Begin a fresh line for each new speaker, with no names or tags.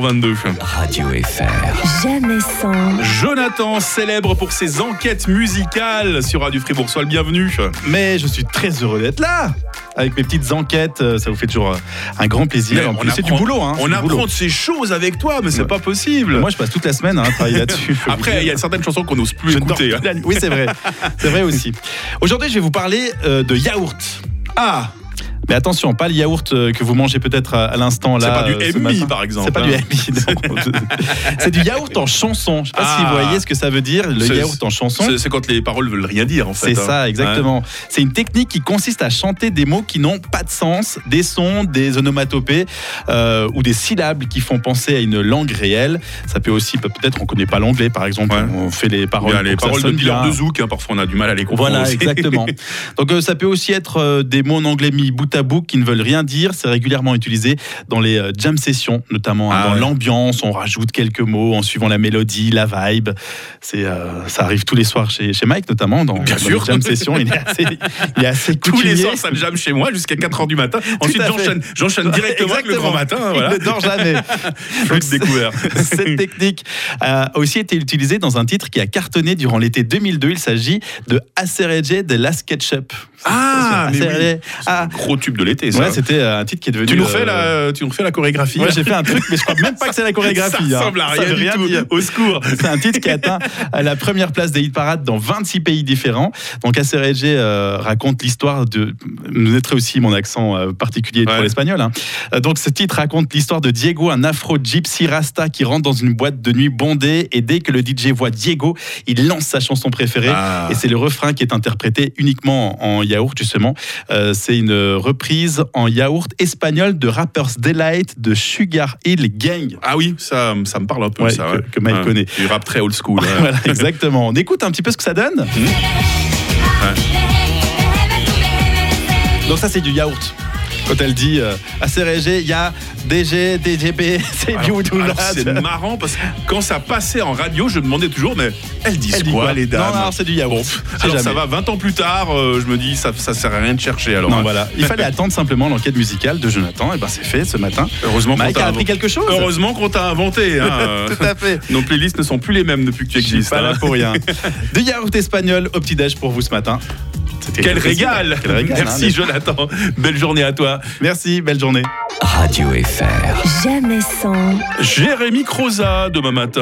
22.
Radio FR.
Jamais sans,
Jonathan, célèbre pour ses enquêtes musicales sur Radio Fribourg, sois le bienvenu.
Mais je suis très heureux d'être là avec mes petites enquêtes. euh, Ça vous fait toujours euh, un grand plaisir.
Mais
en
on
plus, c'est du
apprend-
boulot. Hein, c'est
On
du boulot.
apprend de ces choses avec toi, mais c'est
Ouais.
pas possible.
Moi, je passe toute la semaine hein, à travailler là-dessus. faut vous
Après,
dire.
il y a certaines chansons qu'on n'ose plus
Je ne dors
écouter. hein.
plus la nuit. Oui, c'est vrai. C'est vrai aussi. Aujourd'hui, je vais vous parler euh, de yaourt. Ah mais attention, pas le yaourt euh, que vous mangez peut-être à, à l'instant
C'est
là.
pas du
euh, ce
MI,
matin.
par exemple,
C'est pas
hein.
du MI. non. C'est du yaourt en chanson. Je sais pas si
Ah.
vous voyez ce que ça veut dire, le
C'est-
yaourt en chanson.
C'est- C'est quand les paroles veulent rien dire, en fait.
C'est
hein.
ça, exactement. C'est une technique qui consiste à chanter des mots qui n'ont pas de sens, des sons, des onomatopées euh, ou des syllabes qui font penser à une langue réelle. Ça peut aussi, peut-être, on connaît pas l'anglais, par exemple,
Ouais.
on fait les
Ouais.
paroles.
Bien, les
pour que ça
paroles de
sonne
dealer
bien.
de Zouk, hein, parfois on a du mal à les comprendre.
Voilà,
aussi.
exactement. Donc euh, ça peut aussi être euh, des mots en anglais mis bout à bout qui ne veulent rien dire. C'est régulièrement utilisé dans les euh, jam sessions, notamment hein,
Ah
dans
ouais.
l'ambiance. On rajoute quelques mots en suivant la mélodie, la vibe. C'est euh, ça arrive tous les soirs chez, chez Mike notamment dans,
Bien
dans
sûr.
les jam sessions. Il est assez, il est assez
Tous les
coutumier.
soirs, ça me jamme chez moi jusqu'à 4h du matin. Ensuite,
à fait.
j'enchaîne- j'enchaîne directement avec le
Exactement.
grand matin. hein, Voilà.
Il ne dort jamais.
Flux découvert.
Cette technique a aussi été utilisée dans un titre qui a cartonné durant l'été 2002. Il s'agit de Acerege de la Sketchup.
Ah, mais oui.
Acerege. Ah,
Gros tube de l'été, ça.
Ouais, c'était euh, un titre qui est devenu.
tu, nous
euh,
fais la, tu nous fais la chorégraphie
Ouais,
là
j'ai fait un truc, mais je crois même pas que c'est la chorégraphie.
Ça
hein.
ressemble à rien
veut
du tout.
dire.
Au secours.
C'est un titre qui a atteint à la première place des hit parades dans 26 pays différents. Donc, ACRG raconte l'histoire de. Vous noterez aussi mon accent euh, particulier pour
Ouais.
l'espagnol. hein. Euh, Donc, ce titre raconte l'histoire de Diego, un afro-gypsy rasta qui rentre dans une boîte de nuit bondée. Et dès que le DJ voit Diego, il lance sa chanson préférée.
Ah.
Et c'est le refrain qui est interprété uniquement en en yaourt, justement. Euh, c'est une reprise en yaourt espagnol de Rapper's Delight de Sugar Hill Gang.
Ah oui, ça, ça me parle un peu,
Ouais,
ça.
que-
ouais.
que Mike
Ouais,
connaît.
Du rap très old school. hein. ouais.
Voilà, exactement. On écoute un petit peu ce que ça donne. Donc ça, c'est du yaourt. Quand elle dit euh, ACRG, ya, DG, DGB, c'est
Alors- alors, c'est marrant parce que quand ça passait en radio, je me demandais toujours, mais elles disent
Elle dit
quoi,
quoi
les dames
Non, non, c'est du yaourt.
Bon, pff,
C'est
alors
jamais.
ça va, 20 ans plus tard, euh, je me dis, ça, ça sert à rien de chercher alors. hein.
Non, voilà. Il fallait attendre simplement l'enquête musicale de Jonathan. Et ben, c'est fait ce matin.
Heureusement qu'on
Mike
t'a
a appris
inventé.
quelque chose.
Heureusement qu'on t'a inventé. hein.
Tout à fait.
Nos playlists ne sont plus les mêmes depuis que tu
Je suis
existes.
pas
hein.
là pour rien. Du yaourt espagnol au petit-déj pour vous ce matin. C'était
Quel
plaisir.
régal
Quel régal, hein,
Merci
mais-
Jonathan. Belle journée à toi.
Merci, belle journée.
Radio FR.
jamais sans.
Jérémy Croza demain matin.